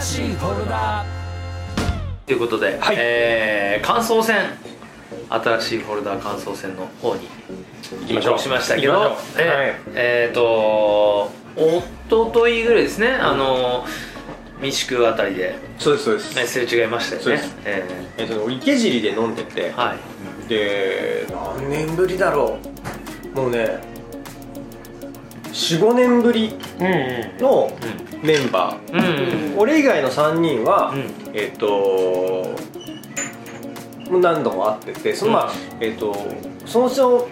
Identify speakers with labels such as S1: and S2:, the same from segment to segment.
S1: 新しいフォルダ
S2: ということで、
S3: はい
S2: えー感想戦新しいフォルダー感想戦の方に移
S3: 行きましょう
S2: 行しましたけど
S3: 行きましょう
S2: えー
S3: はい
S2: えーとおとといぐらいですね、あの民宿あたりで
S3: そうですそうです、
S2: ねすれ違いましたよ
S3: そう
S2: ね
S3: です
S2: え
S3: えっと池尻で飲んでて、
S2: ーはい
S3: で何年ぶりだろうもうね45年ぶり
S1: うん
S3: のメンバー、
S2: うんうん
S3: 俺以外の3人は、
S2: うん
S3: えっ、ともう何度も会っててそのまあ、
S2: うん
S3: えっ、とその人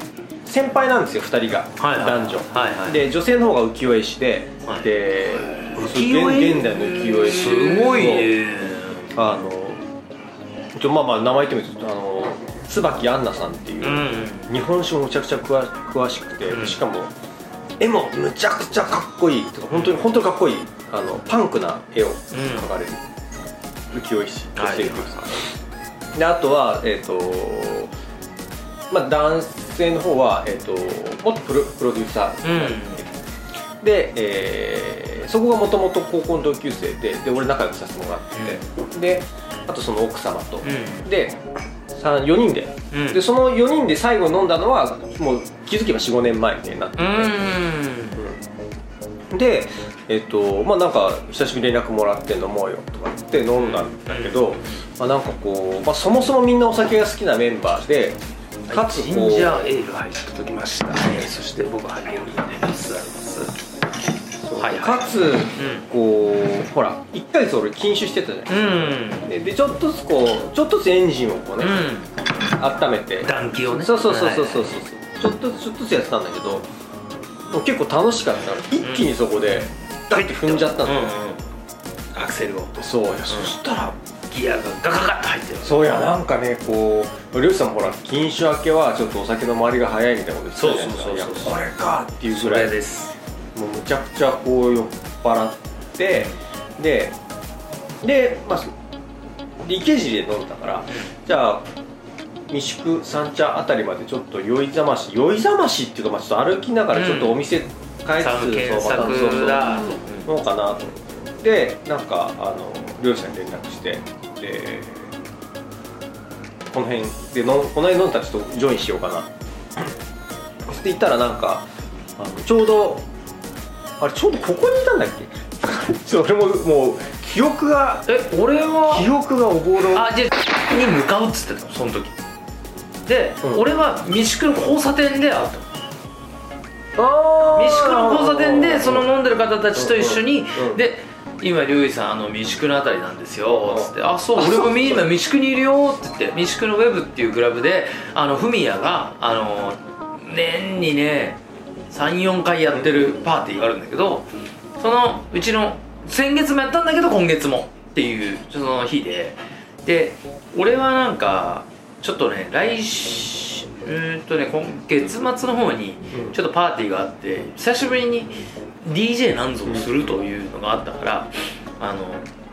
S3: 先輩なんですよ2人が、
S2: はいはい
S3: 男女、
S2: はいはい
S3: で女性の方が浮世絵師で、
S2: はい
S3: で
S2: 浮世絵
S3: 現現代の浮世絵師
S2: すごいね
S3: あのちょまあまあ名前言ってもいいですあの椿杏奈さんっていう、
S2: うん
S3: 日本酒もむちゃくちゃ詳詳しくて、
S2: うん
S3: しかも絵もむちゃくちゃかっこいいてか本当に本当にかっこいいあのパンクな絵を描かれる、浮世絵師と
S2: は
S3: し
S2: い
S3: てるであとはえっ、とまあ男性の方は、えっと元プロプロデューサー、で、えーそこがもともと高校の同級生でで俺仲良くさせてもらってて、であとその奥様と、で三4人で
S2: うんうん
S3: でその4人で最後飲んだのはもう気づけば45年前みたいになって
S2: うん
S3: うんでえっとまあなんか久しぶりに連絡もらって飲もうよとか言って飲んだんだけど、まあ、なんかこう、まあ、そもそもみんなお酒が好きなメンバーでかつ
S2: ジ
S3: こ
S2: ン
S3: う
S2: ジャーエール入って届きました、えーそして僕はハゲオリーでパスあります
S3: そう
S2: はいはい
S3: かつこうほら1ヶ月俺禁酒してたじゃない
S2: うん
S3: ででちょっとずつこうちょっとずつエンジンをこうね、
S2: う
S3: 温めて
S2: ん暖気をね
S3: そうそうそうそうそうそう
S2: は
S3: ちょっとずつちょっとずつやってたんだけどもう結構楽しかったから一気にそこでダイって踏んじゃった
S2: い
S3: の、
S2: うんアクセルを
S3: そうやそしたら
S2: ギアがガガガッと入ってる
S3: そうやなんかねこう漁師さんもほら禁酒明けはちょっとお酒の回りが早いみたいなこと言ってたじゃないです
S2: そうそう
S3: か
S2: そうそう
S3: いやこれかっていう
S2: そ
S3: ぐら
S2: れ
S3: い
S2: です
S3: もうむちゃくちゃこう酔っ払ってでで、まあ、そ池尻で飲んだからじゃあ三宿三茶あたりまでちょっと酔いざまし酔いざましっていうか、まあ、ちょっと歩きながらちょっとお店変えつつ、
S2: サム検
S3: そうまたそうそ
S2: 索
S3: う
S2: だ
S3: 飲もうかなと思ってでなんかあの漁師さんに連絡してでこの辺で飲んこの辺飲んだらちょっとジョインしようかなそして行ったらなんかあのちょうどあれちょうどここにいたんだっけ ちょっと俺ももう記憶が
S2: え俺は
S3: 記憶がおぼろ
S2: あじゃあに向かうっつってたのその時で、
S3: うん
S2: 俺は三宿の交差点で会った
S3: あー
S2: 三宿の交差点でその飲んでる方たちと一緒に
S3: うんうん
S2: で今龍一さんあの三宿のあたりなんですよ
S3: うん
S2: つって「あそう
S3: あ
S2: 俺も
S3: そう
S2: み今三宿にいるよ」って言って三宿のウェブっていうクラブであのフミヤがあの年にね34回やってるパーティーがあるんだけどそのうちの先月もやったんだけど今月もっていうその日でで俺はなんかちょっとね来週うーんとね今月末の方に
S3: うん
S2: ちょっとパーティーがあって久しぶりに DJ なんぞをするというのがあったからあの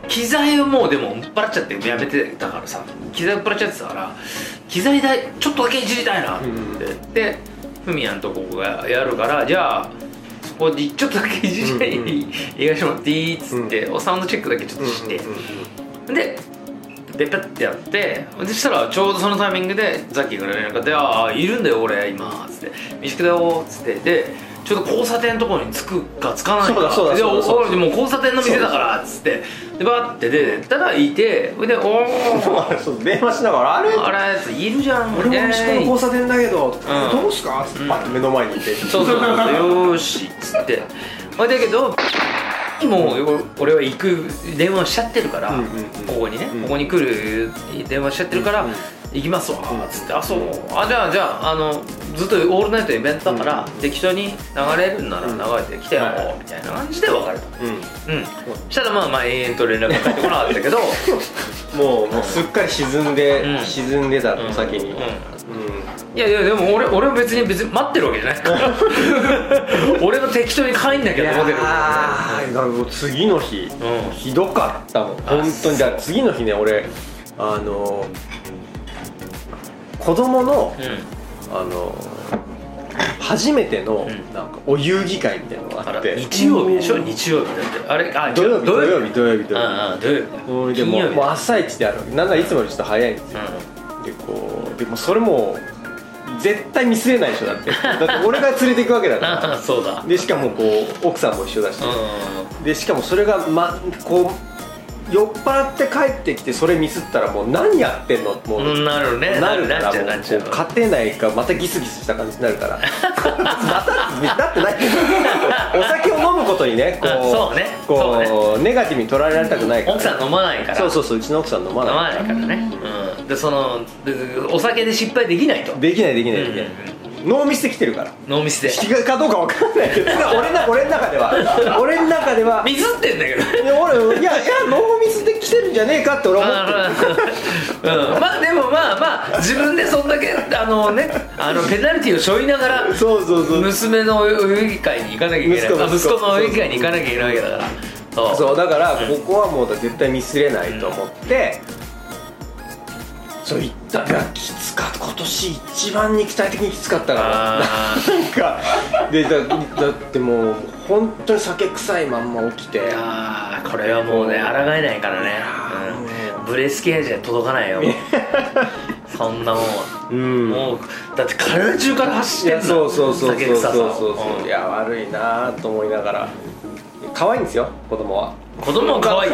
S2: 機材をもうでも売っ払っちゃってやめてたからさ機材売っ払っちゃってたから機材代ちょっとだけいじりたいなって思って、でフミヤんとこがやるからじゃあそこでちょっとだけいじり たい、
S3: うんうん
S2: 映画してもらっていいっつって、おサウンドチェックだけちょっとして、
S3: うんうんうん
S2: でペペってやってでそしたらちょうどそのタイミングでザッキーが連絡があって「ああいるんだよ俺今」つって「短くだよ」つってでちょっと交差点のところに着くか着かない
S3: そう
S2: か
S3: だそうだ
S2: で
S3: そうだそうだ
S2: 俺もう交差点の店だから」つってでバッて出てったらいてほいで「おお
S3: あれ そう電話しながらあれ
S2: あれいるじゃん」
S3: 俺も西の交差点だけど、
S2: ん
S3: どうすか?」ってパッと目の前にいて、
S2: そうそうそうそうよーしっつってほいだけどもう俺は行く電話しちゃってるから、
S3: うんうんうん
S2: ここにね、
S3: うん
S2: ここに来る電話しちゃってるから、
S3: うんうん
S2: 行きますわ
S3: ん
S2: つって、あそうあじゃあじゃああのずっとオールナイトイベントだから、
S3: うん
S2: 適当に流れるんなら流れてきてよ、
S3: はい
S2: みたいな感じで別れた
S3: うん
S2: うんそしたらまあまあ延々と連絡が返ってこなか ったけど
S3: もうもうすっかり沈んで、
S2: うん
S3: 沈んでたお酒に、
S2: うん
S3: うん
S2: いやいやでも俺俺は別に別に待ってるわけじゃないから 俺が適当に帰んなきゃと思ってるから
S3: いやーだからもう次の日、
S2: ん
S3: ひどかったもん本当
S2: そう
S3: にだから次の日ね俺あのー子供の、
S2: うん
S3: あのー初めての
S2: うん
S3: なんかお遊戯会みたいなのが
S2: あ
S3: あっ
S2: ら
S3: て
S2: 日曜日でしょ日曜日だってあれあ
S3: 土曜日土曜日土曜日土
S2: うん
S3: 曜
S2: うん土曜日
S3: 日で
S2: 金
S3: も
S2: 曜
S3: う
S2: 日
S3: もう朝一であるわけなんならいつもよりちょっと早いんですよでこうでもそれも絶対ミスれないでしょだってだって俺が連れていくわけだか
S2: うんそうだ
S3: らでしかもこう奥さんも一緒だし、
S2: う
S3: でしかもそれが、ま、こう酔っ払って帰ってきてそれミスったらもう何やってんのもう、
S2: んなるね
S3: なるか
S2: な
S3: ら
S2: っちゃうな
S3: も
S2: っ
S3: う
S2: ちゃう
S3: こう勝てないかまたギスギスした感じになるからまたな ってないお酒を飲むことにねこ
S2: あ
S3: う
S2: そうね
S3: こうネガティブに捉えられたくないから
S2: 奥さん飲まないから
S3: そうそうそううちの奥さん飲ま
S2: 飲
S3: ない
S2: まないからね、うん、でそのでお酒で失敗できないと
S3: できないできないできない、ノーミスで来てるから
S2: ノーミスで
S3: 引きかどうかわかんないけど俺な俺の中では俺の中では
S2: ミスってんだけど
S3: いや俺いやいやノーミスで来てるんじゃねえかって俺は思ってる
S2: うん、まあでもまあまあ自分でそんだけあのねあのペナルティを背負いながら
S3: そうそうそう
S2: 娘の泳ぎ会に行かなきゃいけない
S3: 息子
S2: あ息子の泳
S3: 息子
S2: ぎ会に行かなきゃいけないわけだからそう
S3: そうだからここはもう絶対ミスれないと思って、そういったいやきつかった今年一番肉体的にきつかったから
S2: あ
S3: なんかでだだってもう本当に酒臭いまんま起きて
S2: ーあーこれはもうね抗えないからね、うん、ブレスケアじゃ届か ないよそんなもんは
S3: うん
S2: もうだって体中から走っ
S3: い
S2: てんだ
S3: やそうそうそうそう
S2: 酒
S3: そう
S2: 臭さ
S3: そう
S2: を
S3: そうそう
S2: うん
S3: いや悪いなと思いながら可愛いんですよ子供は
S2: 子供は可愛い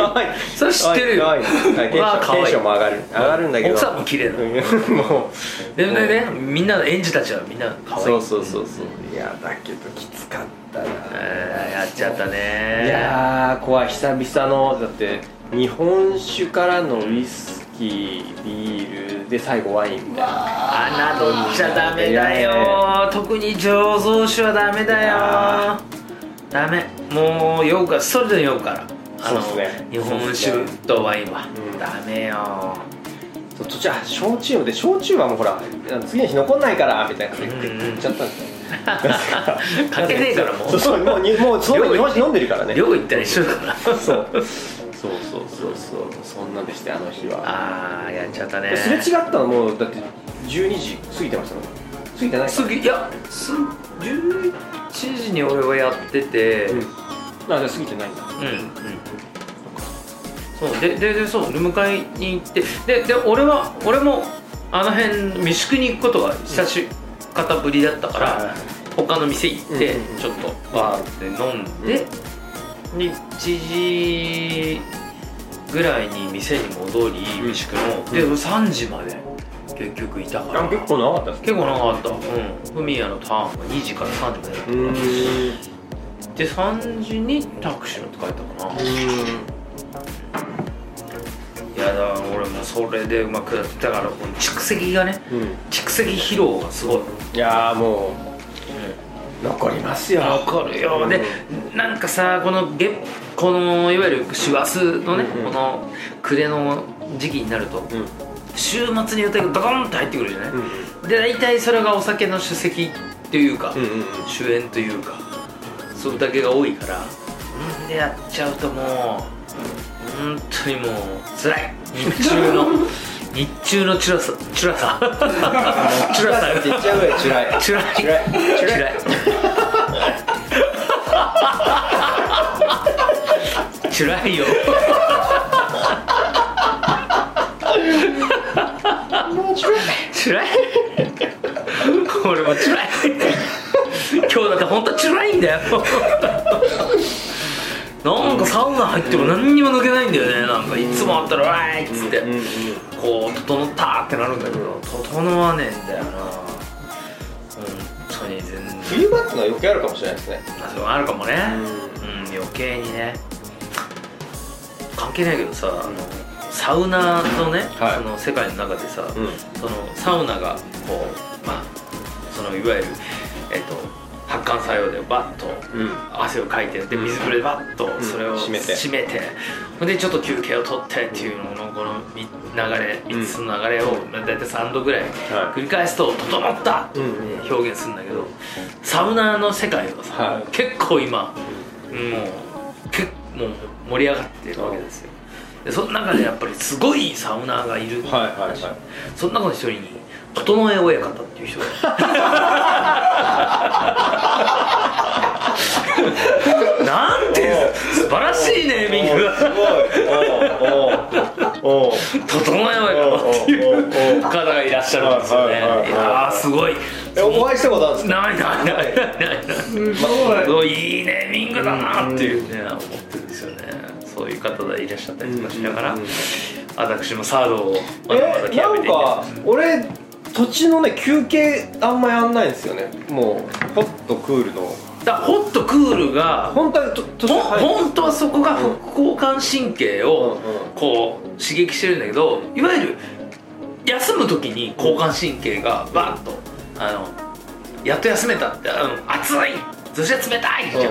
S2: それ知ってるよ
S3: 可愛い可愛い
S2: うわ可愛
S3: テ
S2: い
S3: ンションも上がる上がるんだけど
S2: 奥さんも綺麗だ
S3: うんもう
S2: でねねみんな園児たちはみんな可愛い
S3: そうそうそうそういやだけどきつかったな
S2: えーやっちゃったね
S3: いやー怖い久々のだって日本酒からのウイスキービールで最後ワインみたいな
S2: 侮っちゃダメだ
S3: いや
S2: よ特に醸造酒はダメだ
S3: い
S2: よ
S3: や
S2: ダメもう酔うからそれで酔うからあの
S3: そうっすね
S2: 日本酒とワインは、
S3: うん
S2: ダメよ
S3: そう途中あ焼酎で焼酎はもうほら次の日残んないからみたいな感じで
S2: うんうん
S3: 言っちゃったんですよ
S2: 関係ねえからも
S3: そう
S2: う
S3: そうもうにもうその日本酒飲んでるからね
S2: 旅行行ったら一緒だから
S3: そうそうそうそうそうそんなんでしてあの日は
S2: ああやっちゃったね
S3: すれ違ったのもうだって12時過ぎてましたもん過ぎてないか
S2: 次いやす11時に俺はやってて
S3: うんあじゃあ過ぎてないんだ
S2: うんうんそうでででそうで迎えに行ってでで俺は俺もあの辺未宿に行くことが久し方ぶりだったから、
S3: はい
S2: 他の店行って、
S3: うんうんうん
S2: ちょっとバーって飲んで、で1時ぐらいに店に戻り
S3: うん
S2: 未宿の、で3時まで結局いたから
S3: あ結構長かったですね
S2: 結構長かったうんフミヤのターンが2時から3時までだった
S3: う
S2: か
S3: ーんう
S2: らで3時にタクシー乗って帰ったかないやだから俺もそれでうまくやってだからこの蓄積がね
S3: ーんうん
S2: 蓄積疲労がすごい、
S3: いやーもう残りますよ
S2: わかるよでなんかさこのげこのいわゆる師走のね、
S3: うんう
S2: こ
S3: ん
S2: の暮れの時期になると
S3: うん
S2: 週末に予定がドコンって入ってくるじゃない、
S3: うん
S2: で大体それがお酒の主席っていうか、
S3: うんうん
S2: 主演というかそれだけが多いからうんでやっちゃうともう本当にもう辛 い日中の日中の辛さ辛さ辛さ
S3: って言っちゃうぐらい辛い
S2: 辛い
S3: 辛い
S2: 辛い辛いよ辛い俺も辛い今日だって本当辛いんだよなんかサウナ入っても何にも抜けないんだよねなんかいつもあったら「わーい!」っつって、
S3: うんうん
S2: こう整ったーってなるんだけど整わねえんだよな本当に全然
S3: 冬場ってのは余計あるかもしれないですね
S2: あそうあるかもねうん、余計にね関係ないけどさ、あのサウナのね、
S3: はい
S2: その世界の中でさ、
S3: うん
S2: そのサウナがこうまあそのいわゆるえっ、と発汗作用でバッと
S3: うん
S2: 汗をかいてで水風呂でバッと
S3: ん
S2: それを
S3: 締めて
S2: 締めてほんでちょっと休憩を取ってっていうののこのみ流れ
S3: うん
S2: 3つの流れをまあ大体3度ぐらい
S3: はい
S2: 繰り返すと「整った!」って表現するんだけどサウナの世界はさ、
S3: はい
S2: 結構今うんもう結もう盛り上がってるわけですよでその中でやっぱりすごいサウナーがいる
S3: はいはいはい
S2: その中の一人に整え親方っていう 人がなんて素晴らしいネーミング
S3: お
S2: が
S3: ーすごいおーおーおー
S2: 整え親方っていう方がいらっしゃるんですよねい
S3: はいはいはいはい
S2: やーすごい
S3: えお会いしたことあるんですか
S2: ないないないないない
S1: すごい
S2: すごいいいネーミングだなっていうね思ってるんですよねそういう方がいらっしゃったりとかしながら、
S3: うんうんうん
S2: 私もサードをまだまだ
S3: えな
S2: 極め
S3: ん
S2: ていきま
S3: か
S2: す
S3: 俺土地のね休憩あんまやんないんですよねもうホットクールの
S2: だからホットクールが
S3: 本当はと土地
S2: ほん
S3: 入る
S2: 本当はそこが副交感神経を
S3: うんうん
S2: こう刺激してるんだけどいわゆる休む時に交感神経がバーッとあのやっと休めたってあの暑いそして冷たいっていう
S3: うん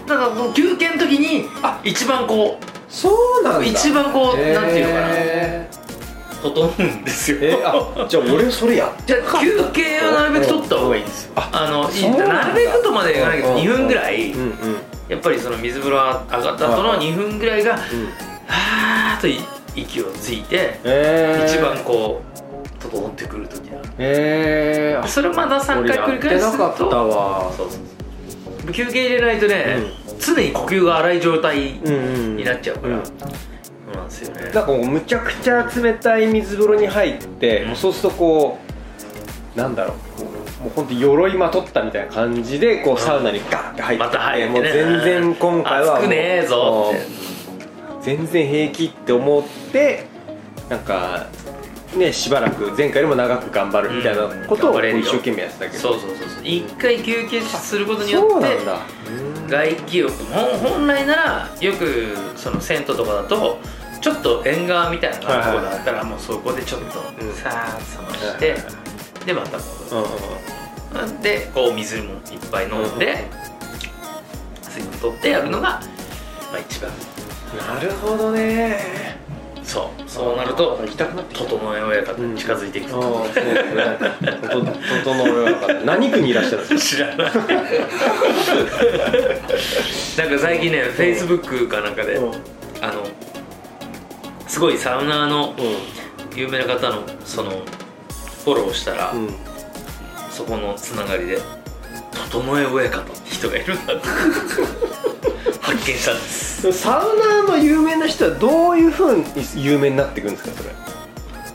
S3: うん
S2: だからこの休憩の時にあ一番こ
S3: そうな
S2: う
S3: んだ
S2: 一番こう、
S3: へー
S2: なんていうのかな整うんですよ、
S3: えー、あじゃあ俺それやっ
S2: じゃあ休憩をなるべく取った方がいいんですよあのいいなるべくとまでいかないけど
S3: うんうん
S2: 2分ぐらい
S3: うんうん
S2: やっぱりその水風呂上がった後の2分ぐらいが
S3: うん
S2: はーっとい息をついて
S3: えー、
S2: 一番こう整ってくる時だ
S3: えー、あ
S2: それをまだ3回繰り返すと
S3: 俺やってなかったわ
S2: そうそうそう休憩入れないとね、常に呼吸が荒い状態
S3: うんうん
S2: になっちゃうから、
S3: うん
S2: そうなんですよね
S3: なんかもうむちゃくちゃ冷たい水風呂に入って、もうそうするとこうなんだろうこうもうほんと鎧まとったみたいな感じでこうサウナにガッて入って,、
S2: また入ってね
S3: もう全然今回はもう
S2: 暑くねえぞって
S3: もう全然平気って思ってなんかねしばらく前回よりも長く頑張るみたいなことを
S2: うん頑
S3: こ
S2: 張
S3: う
S2: れるよ
S3: 一生懸命やってたけど、
S2: そうそうそうそう一回休憩することによ
S3: そ
S2: っ
S3: う
S2: て
S3: なんだ
S2: 外気浴ほん本来ならよくその銭湯とかだとちょっと縁側みたいなとこ
S3: はいはい
S2: だったらもうそこでちょっと
S3: うん
S2: さーっと冷まし
S3: は
S2: て
S3: いはい
S2: でまた
S3: うんうんうん
S2: でこう水もいっぱい飲んで水分取ってやるのが、まあ、一番
S3: なるほどね
S2: そうそうなると
S3: 行きたくなってきた
S2: 整え親方に近づいていく、
S3: ああ、そうですね。とと整えようかった。何区にいらっしゃるんですか。
S2: 知らないなんか最近ねフェイスブックかなんかで、
S3: うん
S2: あのすごいサウナーの
S3: う
S2: 有名な方のそのフォローしたら、
S3: ん。うん。
S2: そこのつながりで「整え親方」って人がいるんだ って発見したんです
S3: サウナーの有名な人はどういうふうに有名になっていくんですかそれ。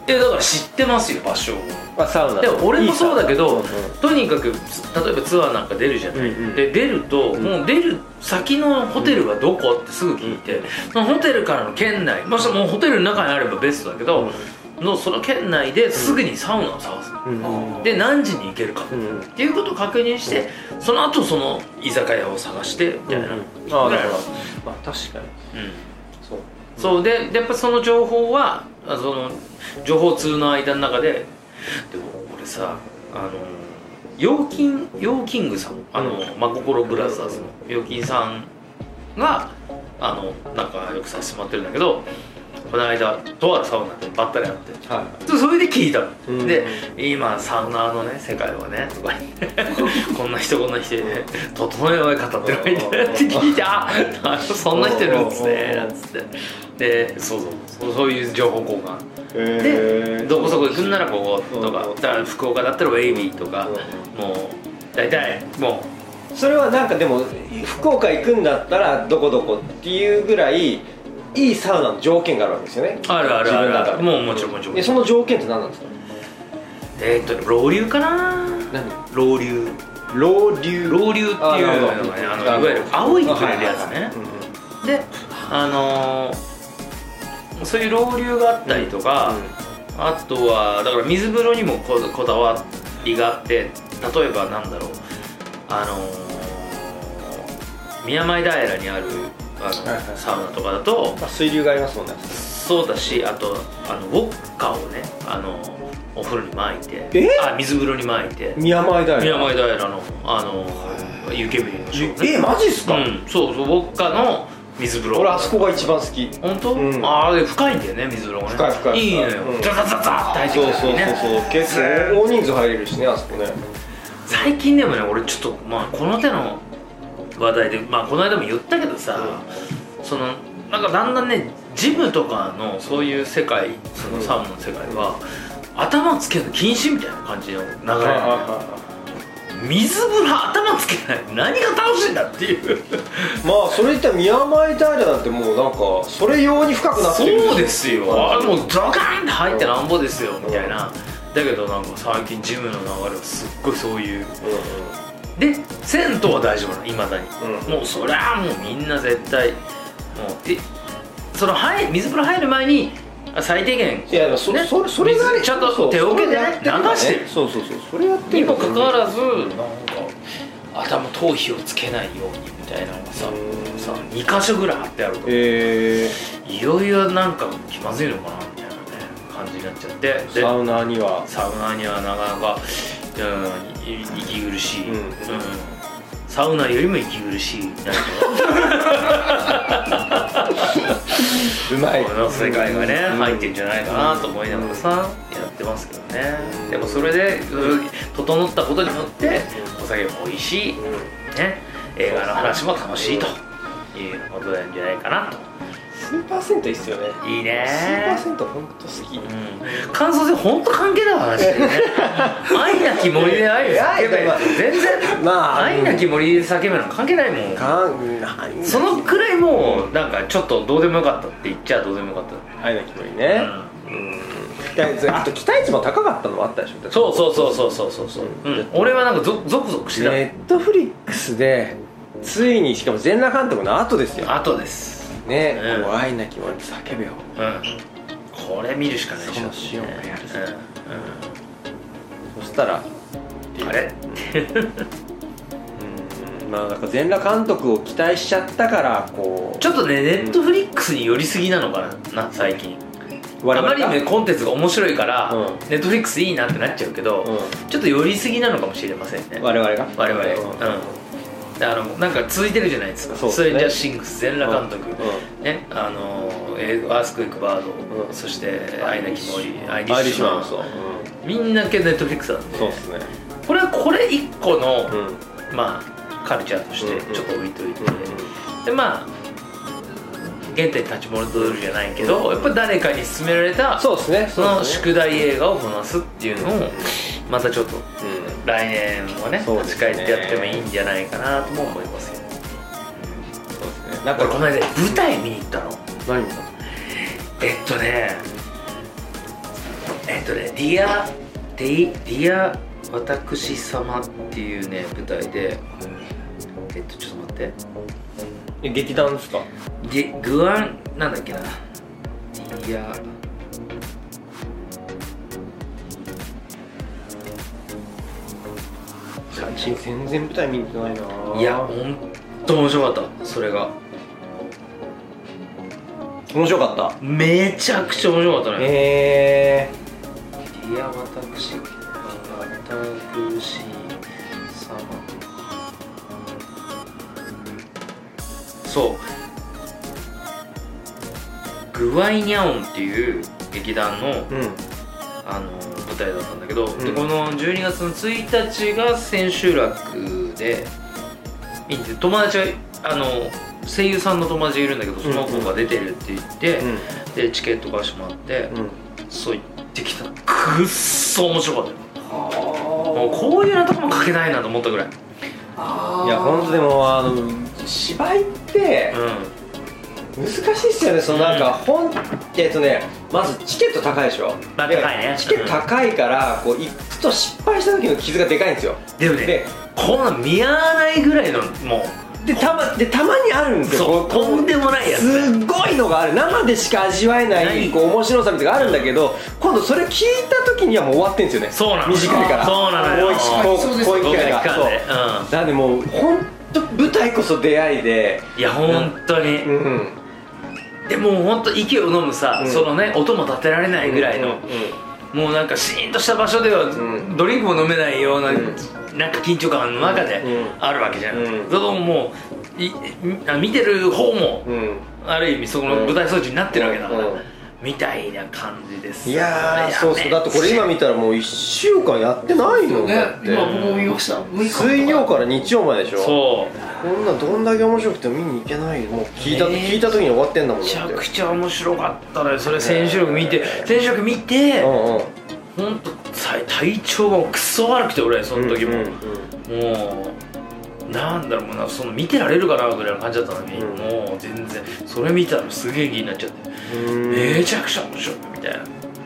S2: いやだから知ってますよ場所を
S3: あサウナ。
S2: でも俺もそうだけど
S3: いいサウナ
S2: とにかくつ例えばツアーなんか出るじゃない、
S3: うんうん
S2: で出ると、
S3: ん
S2: もう出る先のホテルはどこってすぐ聞いて、そのホテルからの県内もしもうホテルの中にあればベストだけど、のその県内ですぐにサウナを探す、
S3: うん
S2: で何時に行けるか、
S3: う
S2: っ
S3: んうん。
S2: ていうことを確認してその後その居酒屋を探してみたいな、
S3: うんうん
S2: ぐ
S3: ああ、
S2: ら
S3: だ
S2: い
S3: から
S2: は、
S3: まあ確かに。
S2: うん
S3: そう。
S2: そうででやっぱその情報はあその情報通の間の中ででも俺さあの陽金陽キングさんあの、真心ブラザーズの陽金さんがあの仲良くさせてもらってるんだけどこの間とあるサウナでばったり会って
S3: は
S2: そそれで聞いたの、
S3: うん
S2: で今サウナーのね世界はねとか言って こんな人こんな人ね整えよう方ってのがいてって聞いてああそんな人いるんですねなんつってでそうそうそうそういう情報交換
S3: い。
S2: でどこそこ行くんならここ
S3: うん
S2: とかだから福岡だったらウェイビーとかもう大体も
S3: それはなんかでも福岡行くんだったらどこどこっていうぐらいいいサウナの条件があるわけですよね。
S2: うあるあるあ
S3: 自分
S2: る
S3: の
S2: あ
S3: 中
S2: る
S3: で
S2: もうもちろんもちろん
S3: えその条件って何なんですか。
S2: えーっとね老流かな
S3: 何
S2: 老流
S3: 老流
S2: 老流っていうの
S3: あなるほど
S2: がねあのいわゆる青い鳥のやつ
S3: はいはいは
S2: ね
S3: いうんうん
S2: であのーそういう老流があったりとか、あとはだから水風呂にもここだわりがあって例えばなんだろうあのー宮前平にあるあの、
S3: はいはい
S2: サウナとかだと
S3: まあ、水流がありますもんね
S2: そうだしあとあのウォッカをねあのお風呂に巻いて
S3: え
S2: あ水風呂に巻いて
S3: 宮前だよ
S2: 宮前平のあのー湯煙のショーね
S3: えマジっすか、
S2: うん、そうそうウォッカの水風呂
S3: 俺あそこが一番好き
S2: 本当、
S3: うん
S2: ああ深いんだよね水風呂がね
S3: 深い深い深い
S2: いのよ、
S3: うん
S2: ザザザザって入って
S3: そ
S2: き
S3: うそう
S2: た
S3: そうそう
S2: 時ね
S3: 結構大人数入れるしねあそこね
S2: 最近でもね俺ちょっとまあこの手の話題でまあこの間も言ったけどさ、そのなんかだんだんねジムとかのそういう世界そのサウナの世界は、頭つけるの禁止みたいな感じの流れなんだよ水風呂頭つけない何が楽しいんだっていう
S3: まあそれ言ったら宮前平なんてもうなんかそれ用に深くなってる
S2: そうですよあもうドカーンって入ってなんぼですよ
S3: ん
S2: みたいなだけどなんか最近ジムの流れはすっごいそういうで銭湯は大丈夫なのいまだに、
S3: うん
S2: もうそりゃもうみんな絶対もうでその入水風呂入る前にあ最低限
S3: いやそれそれそれ
S2: 水ちゃんと手桶でね流してる
S3: そうそうそうそれやって
S2: に
S3: る
S2: もかかわらず
S3: うん
S2: なんか頭頭皮をつけないようにみたいなのがさ
S3: うん
S2: さ2箇所ぐらい貼ってあると
S3: え
S2: いよいよなんか気まずいのかなみたいなね感じになっちゃってで
S3: ー、サウナには
S2: サウナにはなかなか、うん、い息苦しい、
S3: うん
S2: サウナよりも息苦しいなんか
S3: うまい
S2: この世界がね、
S3: うん
S2: 入ってんじゃないかなと思いながらさ、やってますけどね
S3: うん
S2: でもそれで、うん整ったことによってお酒も美味しい、ね、映画の話も楽しいということなんじゃないかな
S3: スーパーセントいいっすよね
S2: といい
S3: スーパ
S2: ね
S3: ーセントほんと好き
S2: うん感想で本当関係ない話だよね愛なき森で愛を叫べ全然
S3: まあ
S2: 愛なき森で叫べなんか関係ないもん
S3: かんない
S2: そのくらいもうなんかちょっとどうでもよかったって言っちゃどうでもよかっ
S3: 愛の気分ねうんであと期待値も高かったのもあったでしょ
S2: たそうそうそうそうそうそうそう、うん、俺はなんかゾゾクゾクしてた、
S3: ネットフリックスでついにしかも全裸監督の後ですよ
S2: あとです
S3: ね
S2: うん
S3: もう愛なき森叫べよ
S2: うんこれ見るしかないでしょ
S3: そのシーンをやるぞ
S2: う
S3: そしたら
S2: んうん、あれ
S3: うんまあなんか全裸監督を期待しちゃったからこ
S2: ちょっとねネットフリックスに寄りすぎなのかなな最近
S3: う我々
S2: あまりねコンテンツが面白いから、
S3: うん
S2: ネットフリックスいいなってなっちゃうけど、
S3: う
S2: ちょっと寄りすぎなのかもしれませんね
S3: 我々が
S2: 我々
S3: うん
S2: あのなんか続いてるじゃないですか
S3: そうです
S2: スト
S3: ね
S2: レンジャーシングス全裸監督、
S3: う
S2: ねあのえーアースクイックバード、
S3: うん
S2: そして「アイナキモリ」「アイリ
S3: アイリ
S2: ッ
S3: ッ
S2: シ
S3: シ
S2: ュ
S3: ュ
S2: マ
S3: マ
S2: ン」
S3: ンそううん
S2: みんな系ネットフリックスなんで
S3: そうっすね
S2: これはこれ一個の、
S3: うんうん
S2: まあカルチャーとして
S3: うんうん
S2: ちょっと置いといて、でまあ原点に立ち戻るじゃないけど、
S3: うん
S2: やっぱり誰かに勧められた
S3: そうっすね
S2: その
S3: そうっすね
S2: 宿題映画をこなすっていうのをまたちょっと
S3: うん
S2: 来年もね
S3: そうで
S2: 立
S3: す
S2: ち
S3: ね
S2: 返ってやってもいいんじゃないかなとも思いますよ
S3: そうっすねなん
S2: 俺この
S3: か
S2: 間舞台見に行ったの
S3: 何見
S2: えっとねえっとね「ディア・ディディア・私様」っていうね舞台でえっとちょっと待って
S3: た劇団ですか
S2: でグアンなんだっけなディア
S3: 最近全然舞台見に行ってないない
S2: いやほんと面白かったそれが
S3: 面白かった
S2: めちゃくちゃ面白かったね
S3: へえ
S2: いや私私様そうグワイニャオンっていう劇団の
S3: うん
S2: あの舞台だったんだけど、
S3: ん
S2: でこの12月の1日が千秋楽で見に行って友達があの声優さんの友達がいるんだけどその子が出てるって言って、でチケットがしまって、
S3: うんうん
S2: そう言ってきたくっそ面白かったよもう
S3: は
S2: こういうのとかも書けないなと思ったぐらいうん
S3: あいや本当でもあの芝居って難しいっすよねそのなんか本えっとねまずチケット高いでしょ
S2: まあ高いね
S3: チケット高いからこう行くと失敗した時の傷がでかいんですよ
S2: でもね
S3: で
S2: こんなん見合わないぐらいのも
S3: でたまでたまにあるんで
S2: う
S3: すよ
S2: そう
S3: こうこと
S2: んでもないや
S3: す
S2: つね
S3: っごいのがある生でしか味わえな
S2: ない
S3: いこう面白さみたいなのがあるんだけど今度それ聞いた時にはもう終わってんですよね
S2: そうなの
S3: 短いから
S2: そうなのよ
S3: もう一こうこういう
S2: ご
S3: 機
S2: めん
S3: 会が
S2: かん
S3: そう
S2: でう
S3: なんでもう本当舞台こそ出会いで
S2: んいや本当に
S3: うん
S2: でもう本当息を飲むさ
S3: うん
S2: そのね音も立てられないぐらいのもうなんかシーンとした場所では
S3: ん
S2: ドリンクも飲めないような、
S3: うん
S2: なんか緊張感の中で
S3: うん
S2: あるわけじゃん、
S3: うん
S2: そのもういあ見てる方も、
S3: うんうん
S2: ある意味そこの舞台装置になってるわけだから、
S3: うん
S2: みたいな感じです
S3: いやーそうそうだってこれ今
S2: 見
S3: 見たらもう1週間やってないの
S1: ね
S3: だって
S1: 今僕も見ました6日
S3: 水曜から日曜まででしょ
S2: そう
S3: こんなんどんだけ面白くても見に行けないよもう聞いた、
S2: ねえ
S3: 聞いた時に終わってんだもん
S2: め
S3: だって
S2: ちゃくちゃ面白かったのよそれ千秋楽見て千秋楽見て
S3: うんうん
S2: 本当体調がもうクソ悪くて俺その時も、
S3: うんうん
S2: もうなんだろうなその見てられるかなぐらいの感じだったのに、
S3: うん
S2: もう全然それ見たらすげえ気になっちゃって、
S3: うん
S2: めちゃくちゃ面白いみたいな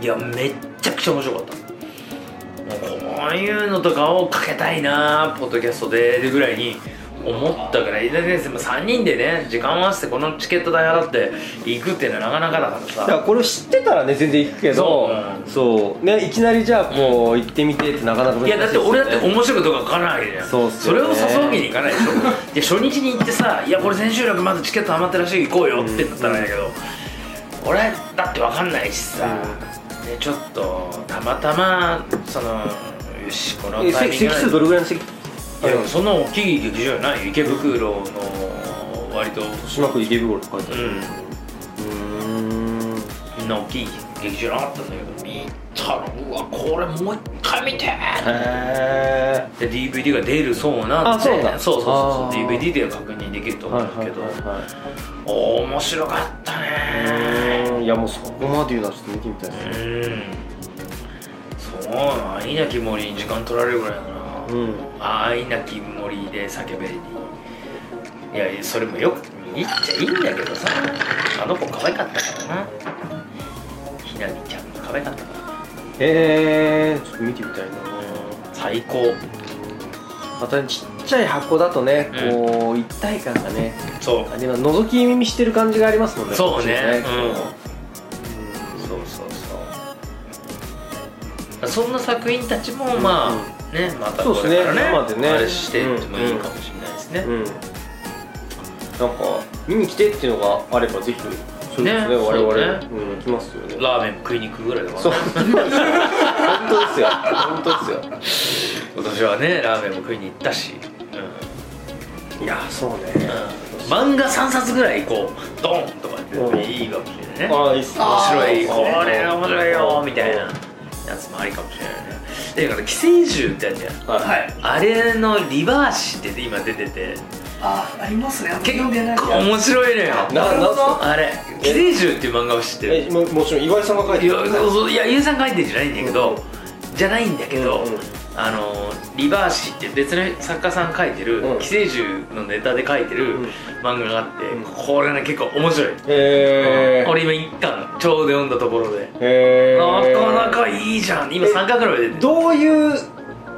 S2: いやめっちゃくちゃ面白かったもうこういうのとかをかけたいなポッドキャストでぐらいに思ったから井田先生も3人でね時間を合わせてこのチケット代払って行くっていうのはなかなかだから
S3: だから
S2: さ
S3: これを知ってたらね全然行くけどそう,、ねいきなりじゃあこう行ってみてってなかなか難し
S2: い
S3: い
S2: やだって俺だって
S3: っ
S2: 面白いことが書かないわけじゃん
S3: そうっすよ
S2: れを
S3: ね
S2: 誘うわけにいかないでし ょで初日に行ってさ「いやこれ千秋楽まだチケット余ってるらしい行こうよ」ってなったらやけど、俺だって分かんないしさ、でちょっとたまたまそのよしこの
S3: え
S2: タイ
S3: 席
S2: ミングなん
S3: 席
S2: で
S3: 数どれぐらいの席
S2: いやで
S3: あ
S2: も
S3: の
S2: そんな大きい劇場じゃないよ池袋の割と
S3: 豊島区池袋って書いてあ
S2: う
S3: る
S2: ん
S3: うん
S2: みんな大きい劇場なかったんだけど見たらうわこれもう一回見て
S3: へえ
S2: で DVD が出るそうなんで
S3: あそうなんだ
S2: そうそうそう
S3: あ
S2: そう
S3: ー
S2: DVD では確認できると思
S3: は
S2: う
S3: い
S2: んだ
S3: はい
S2: けど、
S3: は
S2: 面白かった
S3: いはい
S2: ね
S3: うんいやもうそこまで言うならちょっと見てみたいです
S2: う
S3: ね
S2: んそうなの稲木森に時間取られるぐらいだな、
S3: うん
S2: ああ稲木森で叫べにいやいやそれもよくいいっちゃいいんだけどさあの子可愛かったからなひなみちゃんが可愛かったから
S3: えー、ちょっと見てみたいな
S2: 最高
S3: またちっちゃい箱だとね、
S2: うん
S3: こう一体感がね
S2: そう
S3: あでも覗き見してる感じがありますもんね
S2: そうね
S3: こっちもね
S2: そうそうそうそんな作品たちもまあ、
S3: うん
S2: ねまた
S3: そ
S2: こ
S3: うっすね
S2: れからね
S3: 生でね
S2: あれしてってもいいかもしれないですね、
S3: うん、なんか見に来てっていうのがあればぜひそうですね
S2: ね
S3: 我々、
S2: そう
S3: ん、来ますよね
S2: ラーメン食いに行くぐらいだか
S3: そう
S2: らね
S3: 本当ですよ本当で
S2: 今年はねラーメンも食いに行ったし、う
S3: すよいやそうね、
S2: んうん漫画3冊ぐらいこうドンとかって
S3: うん
S2: いいかもしれないね面
S3: ああいいっすね
S2: 白い
S3: そうですね
S2: これ面白いよみたいなやつもありかもしれないねでだから寄生獣ってあるじゃん
S3: はい、
S1: い
S2: あれのリバーシって今出てて
S1: あありますね
S2: 結構
S1: 読んでない
S2: 面白いのよ
S3: な
S1: なるほど
S3: なんすか
S2: あれ「寄生獣」っていう漫画を知ってる
S3: えももちろん岩井さんが書い
S2: い
S3: て
S2: や
S3: る
S2: そういやゆうさん書いてるんじゃないんだけど、じゃないんだけど、
S3: うんうん
S2: あのリバーシって別の作家さん書いてる、
S3: うん
S2: 寄生獣のネタで書いてる
S3: うん
S2: 漫画があって、
S3: うん
S2: これね結構面白い、
S3: へえ
S2: 俺今一巻ちょうど読んだところで、
S3: へ
S2: なかな
S3: え
S2: かいいじゃん今3巻ぐらいまで出てる
S3: どういう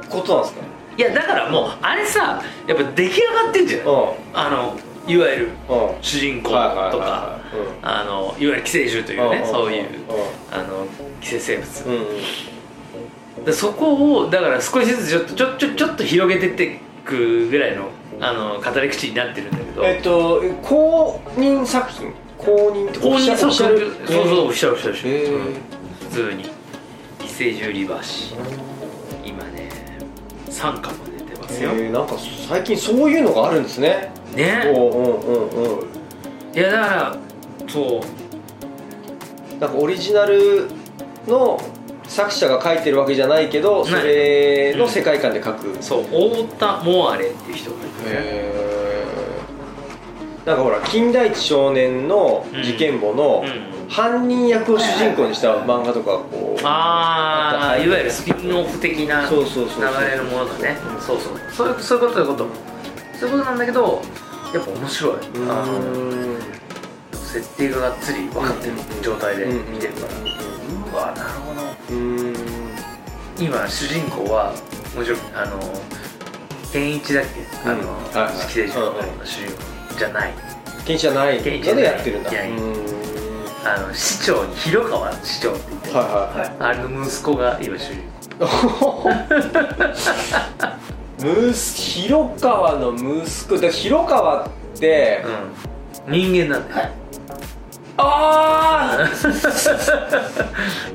S3: ことなんですか
S2: いやだからもうあれさやっぱ出来上がってんじゃない、
S3: う
S2: あのいわゆる
S3: んうん
S2: 主人公と
S3: はいはいは
S2: か
S3: いはいうん
S2: あのいわゆる寄生獣というね、
S3: うんうんうん
S2: そういう、あの寄生生物、
S3: うんうん
S2: でそこをだから少しずつちょっとちょちょちょっと広げてってくぐらいのあの語り口になってるんだけど
S3: えっと公認作品公認って
S2: 公認作品そうそうオフィシャルオフィシャル
S3: へ
S2: オフィシャル
S3: ー
S2: 普通に寄生獣リバーシ今ね3巻まで出てますよ、
S3: えー、なんか最近そういうのがあるんですね
S2: ね
S3: おうんうんうんうん
S2: いやだからそう
S3: なんかオリジナルの作者が書いてるわけじゃないけどそ
S2: ない
S3: れの世界観で書く、へ
S2: そう太田モアレっていう人がいてね
S3: えなんかほら金田一少年の事件簿の
S2: うん
S3: 犯人役を主人公にした漫画とかこう
S2: ああいわゆるスピンオフ的な流
S3: そうそうそうそう
S2: れのものだねそうそうそういうそういうことそういうことそういうことなんだけどやっぱ面白いあの
S3: ん
S2: 設定ががっつり分かってる状態で見てるからうわなるほど
S3: うん
S2: 今主人公はもちろんあの健一だっけあの
S3: うんはいはい
S2: 寄生獣の主人公じゃない
S3: 検視じゃない
S2: 検視じゃ
S3: の
S2: ない
S3: でやってるんだ
S2: いやいや
S3: うん
S2: あの市長に広川市長って言って
S3: はい
S2: あ
S1: はい
S2: れの息子が今主人公
S3: はい むす広川の息子だから広川って、
S2: うん人間なんだよ
S3: ああ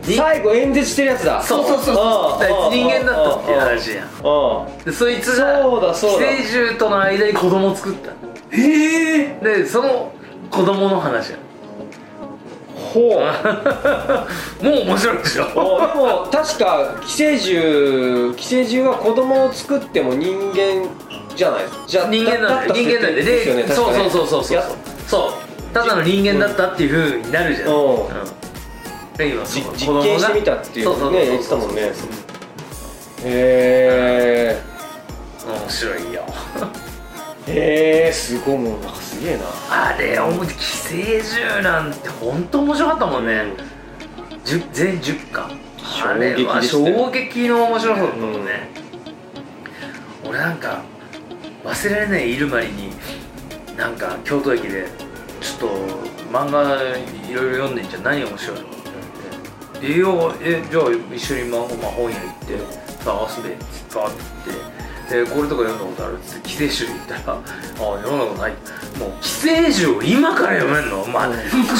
S2: 人
S3: 最後演説してるやつだ
S2: そうそうそう
S3: あー
S2: そう人間だったっていう
S3: あー
S2: 話やん
S3: あ
S2: でそいつが
S3: そうだそうだ
S2: 寄生獣との間に子供を作った
S3: ーへえ
S2: でその子供の話や ん
S3: ほう
S2: もう面白いでしょ
S3: あでも確か寄生獣寄生獣は子供を作っても人間じゃないじゃ
S2: 人間なんだよ
S3: った
S2: 人間なんだよ
S3: ですよね
S2: で
S3: 確か
S2: そう
S3: ね
S2: そうそうそうそう
S3: や
S2: そうただの人間だったっていうふうになるじゃん、
S3: うん
S2: うんレギはそ
S3: じ
S2: う子供が
S3: 実験してみたってい
S2: そうそううそう
S3: ね言ってたもんねへ
S2: 面白いよ
S3: えへえすごいもうなんかすげえな
S2: あれおも寄生獣なんて本当面白かったもんね、じゅ全10巻あれは
S3: 衝撃でしたよ
S2: 衝撃の面白さだったもんね、俺なんか忘れられないイルマリになんか京都駅でちょっと漫画いろいろ読んでんじゃん何面白いのって言われて「いいよえじゃあ一緒に、ままあ、本屋行って探すで」っつってバーって行って。でこれとか読んだことあるっつって寄生獣行ったら「ああ読んだことない」もう寄生獣を今から読めんのお前、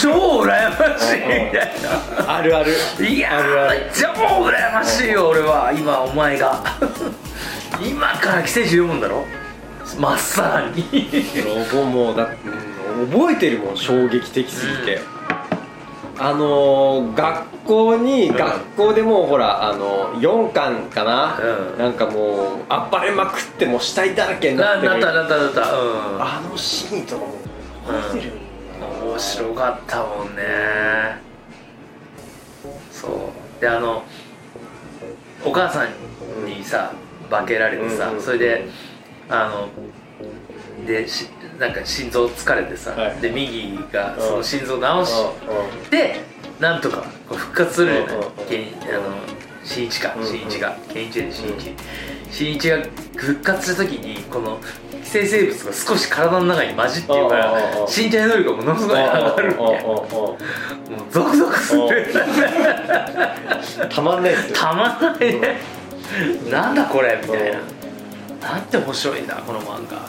S2: 超羨ましいみたいな。
S3: あるある
S2: いや
S3: あるあ
S2: ー
S3: る
S2: めっちゃもう羨ましいよ俺は今お前が 今から寄生獣読むんだろまっさ らに
S3: ロボもだって、うん覚えてるもん衝撃的すぎて、あのー学校に、
S2: うん
S3: 学校でもうほらあの4巻かな、
S2: うん
S3: なんかもう暴れまくってもう死体だらけにな
S2: な
S3: って
S2: なっ
S3: る
S2: たなったなったうん
S3: あのシーンとかも覚えてる、
S2: 面白かったもんねそうであのお母さんにさ化けられてさ、
S3: うんうん
S2: それであのでしなんか心臓疲れてさ、
S3: はい
S2: で右が
S3: うん
S2: その心臓治しでなんとかこう復活するよね
S3: うんうんうん
S2: けんあの新一か
S3: うんうん
S2: 新一が健一で新一
S3: う
S2: 新一が復活した時にこの寄生生物が少し体の中に混じってるか
S3: うんうんうんうん
S2: ら身体能力がものすごい上がるみたいなもうゾクゾクする
S3: たまんないっすよ
S2: たまんないねなんだこれみたいな
S3: う
S2: なんて面白いんだこの漫画みたいな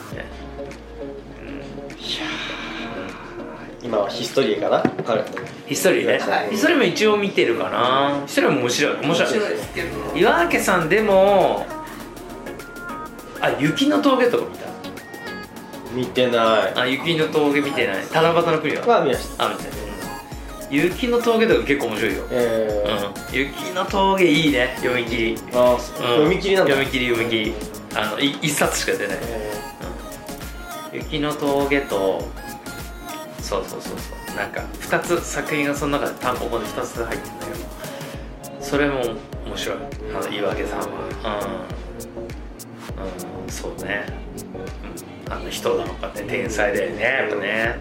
S3: 今はヒストリーかなあれ
S2: ヒストリーね
S3: はい
S2: ヒストリーも一応見てるかなヒストリーも面白い面白い
S1: ですけど
S2: 岩明さんでもあ雪の峠とか見た
S3: 見てない
S2: あ雪の峠見てない七夕の国は
S3: は見ました
S2: あるんですね雪の峠とか結構面白いよ、
S3: え
S2: う
S3: ー
S2: ん、雪の峠いいね読み切り、うん、
S3: あーそう読み切りなんだ
S2: 読み切り読み切りあのい一冊しか出ない
S3: えー
S2: 雪の峠とそうそうそうそうなんか2つ作品がその中で単行本で2つ入ってるんだけどそれも面白いあの岩明さんはうん、うん、そうね、うん、あの人なのかね天才だよねやっぱね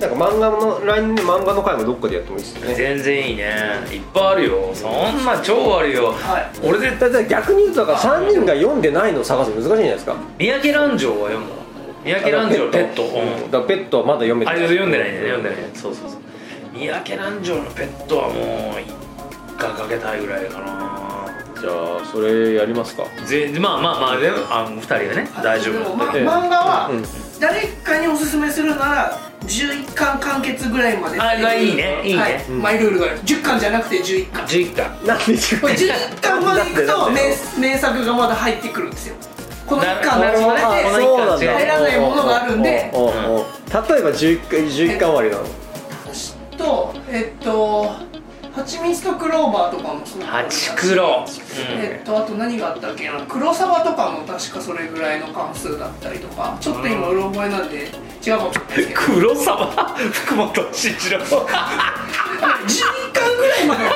S3: なんか漫画の来年で漫画の回もどっかでやってもいいですよね。
S2: 全然いいねいっぱいあるよそんな超あるよ
S1: はい
S2: 俺絶対
S3: だから逆に言うとだから三人が読んでないのを探すの難しいんじゃないですか。
S2: 三宅蘭城は読むの三宅蘭城ペット、うん
S3: だからペットはまだ読めて
S2: あ
S3: ない。
S2: れ読んでないね読んでないねそうそうそう三宅南條のペットはもう一回かけたいぐらいかな
S3: じゃあそれやりますか。
S2: ぜまあまあまあでもあの2人がね大丈
S1: でも
S2: 夫だ
S1: ま
S2: っ
S1: 漫
S2: た
S3: ええうん
S1: 画は誰かにおすすめするなら11巻完結ぐらいまで
S2: あがいいねいいね
S1: はい
S3: うん
S1: マイルールがある10巻じゃなくて11巻
S2: 11巻
S3: なんで自
S1: これ
S3: 分
S1: 11巻 までいく
S3: だっ
S1: と
S3: てだって
S1: 名名作がまだ入ってくるんですよこの1巻
S2: な
S1: の
S2: るほど
S1: そ
S2: あ
S1: れで
S2: この一巻
S3: そ
S1: そう
S3: うなんだ。
S1: 入らないものがあるんで
S3: おうおうおう例えば十一十一巻終わりなの。
S1: 私とえっとハチミツとクローバーとかもそう
S2: ハチクロ
S1: えっとあと何があったっけな黒サバとかも確かそれぐらいの関数だったりとかちょっと今うろ覚えなんで違うかもしれないですけど
S2: 黒沢 福本慎一郎
S1: 11巻ぐらいまで10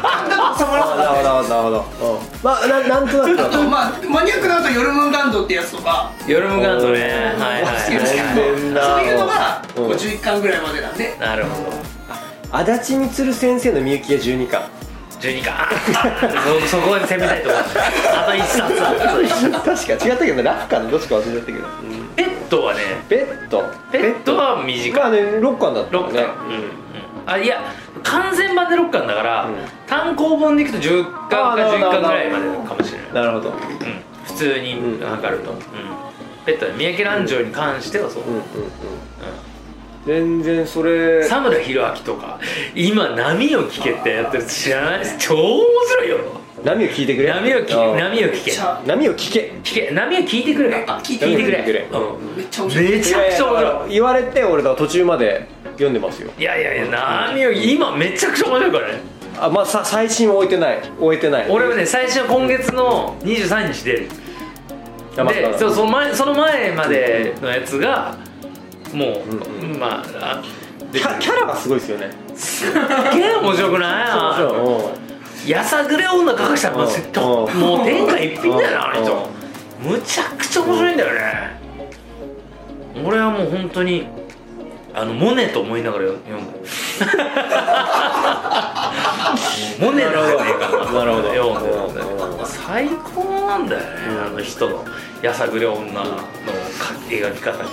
S1: 巻だと収まらなかった
S3: なるほどなるほど。うんまあななんとなくだ
S1: あ
S3: と。
S1: とまあマニアックなとヨルムンガンドってやつとか
S2: 夜ムガンドね
S3: おー
S2: はいは
S1: 好きですけ
S2: い
S1: ど
S3: 全然だ
S1: そういうのが
S3: うん
S1: 51巻ぐらいまでなんで
S2: なるほど
S3: 足立みつる先生のみゆきが十二巻。
S2: 12巻あ そそこで攻めたいと思うあと1冊あと一冊
S3: 確か違ったけどねラフかなどっちか忘れちゃったけど。うん
S2: ペットはね
S3: ペット。
S2: ペットは短い
S3: まあね六巻だった
S2: 6
S3: よ
S2: 巻、
S3: ね。
S2: うんあいや完全版で6巻だから、
S3: うん
S2: 単行本でいくと10巻か
S3: あーなるほど
S2: 11巻ぐらいまでかもしれない、
S3: なるほど。
S2: うん、普通に
S3: うん
S2: 測ると、うんペットは三宅蘭城に関してはそう、
S3: う
S2: うん
S3: んうんうん。全然それ
S2: 佐村弘明とか今「波を聞け」ってやってるやつ知らない超面白いよ
S3: 波を聞いてくれ
S2: 波を聞け
S3: ああ
S2: 波を聞け
S1: めっちゃ
S3: 波を聞け
S2: 聞け波を聞いてくれかあ
S1: 聞いて
S2: 聞いてくれ
S3: 聞いてくれ
S2: うん
S1: めっちゃ面白い
S2: めちゃくちゃ面白い
S3: 言われて俺だ途中まで読んでますよ
S2: いやいやいや波を今めちゃくちゃ面白いからね
S3: あまあさ最新は置いてない置いてない
S2: 俺はね最初は今月の23日出る
S3: あまあ
S2: で
S3: まあ
S2: そうその前その前までのやつがもう、
S3: うん
S2: まああ
S3: キャキャラがすごいですよね
S2: すっげえ面白くないあ
S3: そう
S2: れ
S3: そう
S2: やさぐれ女かかしたらもう絶対
S3: うん
S2: もう天下一品だよなあの人
S3: う
S2: むちゃくちゃ面白いんだよね俺はもう本当にあのモネと思いながら読む もうモネなんじゃねえか
S3: なるほど
S2: 読んでるんだ
S3: うん
S2: けど最高なんだよね、
S3: うん
S2: あの人のやさぐれ女の描き方が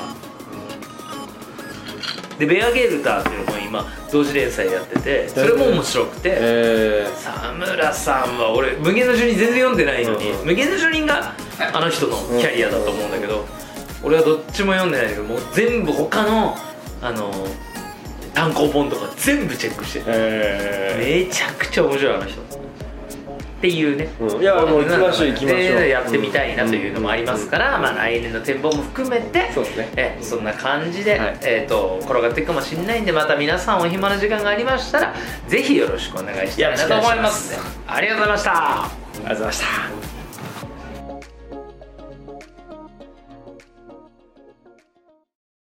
S2: でベア・ゲルターっていうのも今同時連載やっててそれも面白くて、
S3: えー
S2: 佐村さんは俺無限の住人全然読んでないのに、
S3: うんうん
S2: 無限の住人があの人のキャリアだと思うんだけど、俺はどっちも読んでないけどもう全部他のあの単行本とか全部チェックしてて、
S3: え
S2: めちゃくちゃ面白いあの人っていうね、
S3: うんいやもう行きましょう行きましょう
S2: でやってみたいなというのもありますから、
S3: うん
S2: まあ、来年の展望も含めて
S3: ーそうですね
S2: えそんな感じで、
S3: はい
S2: えー、と転がっていくかもしれないんでまた皆さんお暇な時間がありましたらぜひよろしくお願いしたいなと思いますありがとうございました
S3: ありがとうございました